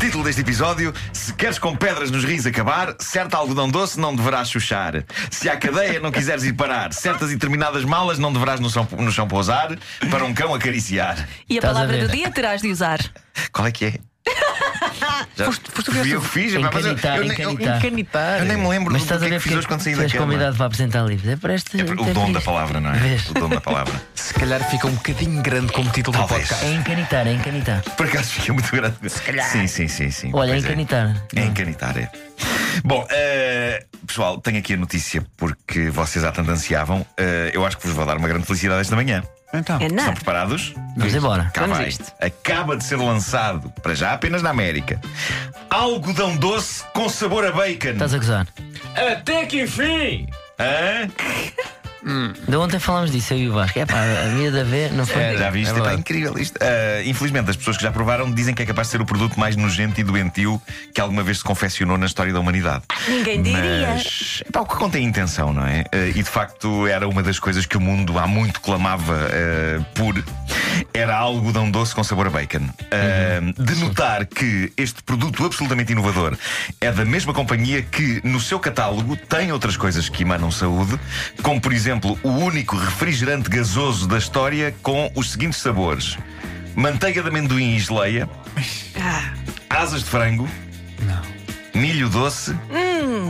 Título deste episódio: Se queres com pedras nos rins acabar, certo algodão doce não deverás chuchar. Se à cadeia não quiseres ir parar, certas e determinadas malas não deverás no chão, no chão pousar para um cão acariciar. E a Estás a palavra ver? do dia terás de usar. Qual é que é? Já Foste- foste tu que fui eu que fiz, epá, mas eu, Encanitar, eu nem- É um eu- encanitar. Canitar. eu nem me lembro Mas do do estás que a é ver que fiz porque hoje quando saí tu és da cama. convidado para apresentar livros. É para este. É o dom da palavra, não é? Vês? O dom da palavra. Se calhar fica um bocadinho grande como título do Talvez. podcast. É encanitar, é encanitar. Por acaso fica muito grande. Sim, sim, sim, sim. Olha, Pois é. encanitar. É encanitar, é. Bom, eh, pessoal, tenho aqui a notícia porque vocês há tanto ansiavam. Eh, eu acho que vos vou dar uma grande felicidade esta manhã. Então, É Estão nada. preparados? Vamos embora. Cá Vamos a vai. isto. Acaba de ser lançado, para já apenas na América, algodão doce com sabor a bacon. Estás a gozar. até que enfim! Hã? De ontem falámos disso, eu e o Vasco. É pá, a minha da V não foi. Já viste? É, pá, verdade. incrível isto. Ah, infelizmente, as pessoas que já provaram dizem que é capaz de ser o produto mais nojento e doentio que alguma vez se confeccionou na história da humanidade. Ah, Ninguém diria. Mas é pá, o que conta é a intenção, não é? Ah, e de facto era uma das coisas que o mundo há muito clamava ah, por. Era algodão doce com sabor a bacon. Ah, de notar que este produto absolutamente inovador é da mesma companhia que no seu catálogo tem outras coisas que emanam saúde, como por exemplo o único refrigerante gasoso da história com os seguintes sabores: manteiga de amendoim e geleia, asas de frango, milho doce.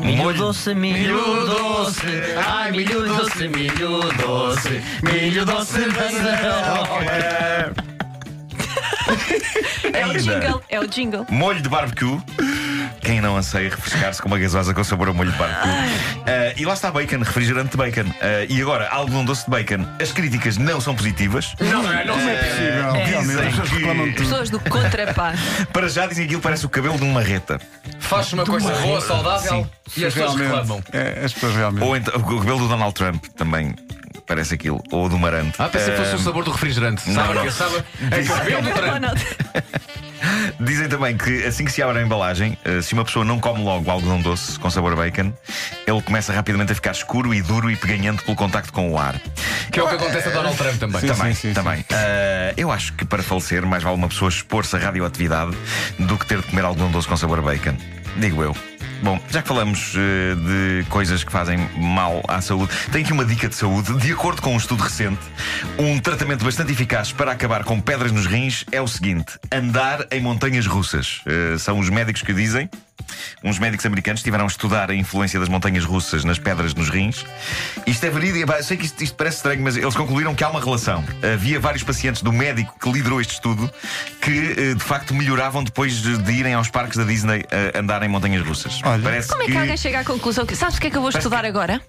Milho molho- doce, milho doce. Ai, milho doce, milho doce. Milho doce, É o Ainda. jingle. É o jingle. Molho de barbecue. Quem não anseia refrescar-se com uma gasosa com sabor a molho de barbecue? Ah, e lá está bacon, refrigerante de bacon. Ah, e agora, algodão doce de bacon. As críticas não são positivas. Não é, não é possível. Dizem que- Pessoas do contrapá. para já dizem que aquilo parece o cabelo de uma marreta. Faz uma coisa boa, saudável e as pessoas Realmente. reclamam. É, as pessoas realmente. Ou então, o cabelo do Donald Trump também parece aquilo. Ou do Marante. Ah, pensei que fosse o sabor do refrigerante. Ehm, não, Sabe não. que sabe? É um cabelo do trem. Ronald. Dizem também que assim que se abre a embalagem, eh, se uma pessoa não come logo algodão doce com sabor a bacon, ele começa rapidamente a ficar escuro e duro e peganhante pelo contacto com o ar. Que é o que acontece a Donald Trump também. Sim, também, sim, sim, também. Ah, eu acho que para falecer, mais vale uma pessoa expor-se à radioatividade do que ter de comer algodão doce com sabor a bacon. Digo eu. Bom, já que falamos eh, de coisas que fazem mal à saúde, tenho aqui uma dica de saúde. De acordo com um estudo recente, um tratamento bastante eficaz para acabar com pedras nos rins é o seguinte: andar em montanhas russas. Eh, são os médicos que o dizem. Uns médicos americanos estiveram a estudar a influência das montanhas russas nas pedras nos rins. Isto é verídico. Epá, Eu sei que isto, isto parece estranho, mas eles concluíram que há uma relação. Havia vários pacientes do médico que liderou este estudo que, eh, de facto, melhoravam depois de de irem aos parques da Disney a andar em montanhas russas. Olha. Parece Como é que alguém chega à conclusão que. Sabes o que é que eu vou estudar agora?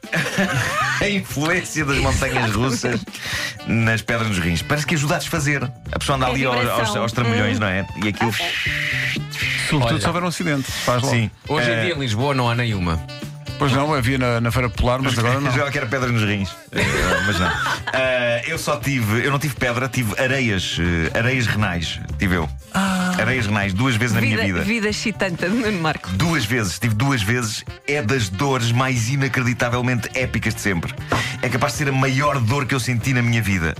a influência das montanhas russas nas pedras nos rins. Parece que ajuda a desfazer. A pessoa anda É ali ao- vibração. Uhum. Ah, aos, aos trambolhões, não é? E aquilo. Sobretudo Olha. se houver um acidente. Faz é. logo. Sim. Hoje em dia em Lisboa não há nenhuma. Pois não, havia na, na Feira Popular, mas agora não. Eu jogava que era pedra nos rins. Eh, mas não. Ah, eu só tive, eu não tive pedra, tive areias, eh, areias renais. Tive eu. Ah. Areias renais, duas vezes na minha vida. vida excitante de Nuno Marco. Duas vezes, tive duas vezes, é das dores mais inacreditavelmente épicas de sempre. É capaz de ser a maior dor que eu senti na minha vida.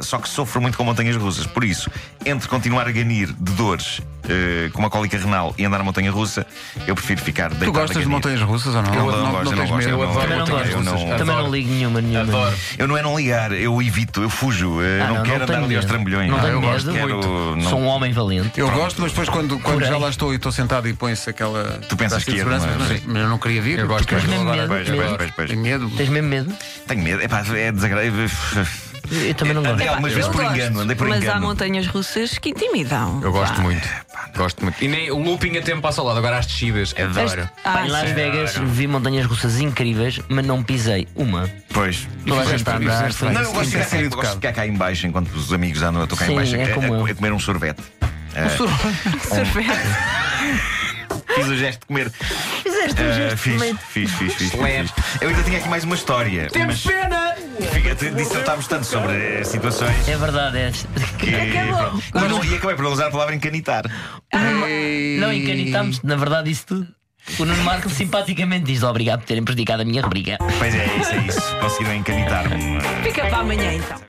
Uh, só que sofro muito com montanhas russas. Por isso, entre continuar a ganir de dores uh, com uma cólica renal e andar na montanha russa, eu prefiro ficar deitado. Tu gostas a de ganir. montanhas russas ou não? Eu não gosto, eu não tens gosto, eu medo? não gosto. Também não Eu não- gosto. Também não adoro. ligo nenhuma, nenhuma. Adoro. Eu não é não ligar, eu evito, eu fujo. uh, Ah, não, não, quero não andar tenho ali aos medo. trambolhões. Ah, Não tenho eu medo. gosto, quero. não- Sou um homem valente. Eu gosto, mas depois quando, quando já Porém. lá estou e estou sentado e põe-se aquela. Tu pensas pasta que de é, segurança, não é? mas, Sim. mas eu não queria vir. Eu gosto, porque mas mesmo agora- medo. Pois, pois, pois, pois. Tenho medo. Tens mesmo medo? Tenho medo, Epá, é desagradável. Eu também não Andei gosto. algumas vezes eu por gosto, engano, andei por mas há engano. montanhas russas que intimidam. Eu gosto Vá. muito. Gosto muito. E nem o looping a tempo passa ao lado, agora as descidas. Adoro. Este- Pá, Ah, em Las sim. Vegas vi montanhas russas incríveis, mas não pisei uma. Pois. é. Toda a gente Fizeste está a andar, andar, fizeste- Não, eu gosto de, Tem ficar que ser cá, eu gosto de educado. ficar cá em baixo enquanto os amigos andam, eu estou cá Sim, em baixo é a- como a, eu. a comer um sorvete. Sorvete. Fiz o gesto de comer. Fizeste Ah, fiz, fiz, fiz, fiz, fiz, fiz. Eu ainda tinha aqui mais uma história. Temos pena! Fica, te- dissertámos tanto sobre eh, situações É verdade, é. que. Acabou. pronto. Mas não, e acabei por não usar a palavra encanitar. Não encanitámos, na verdade, isso tudo. O Nuno Marco simpaticamente diz obrigado por terem prejudicado a minha rubrica. Pois é, isso é isso. Conseguiram encanitar-me. Fica para amanhã então.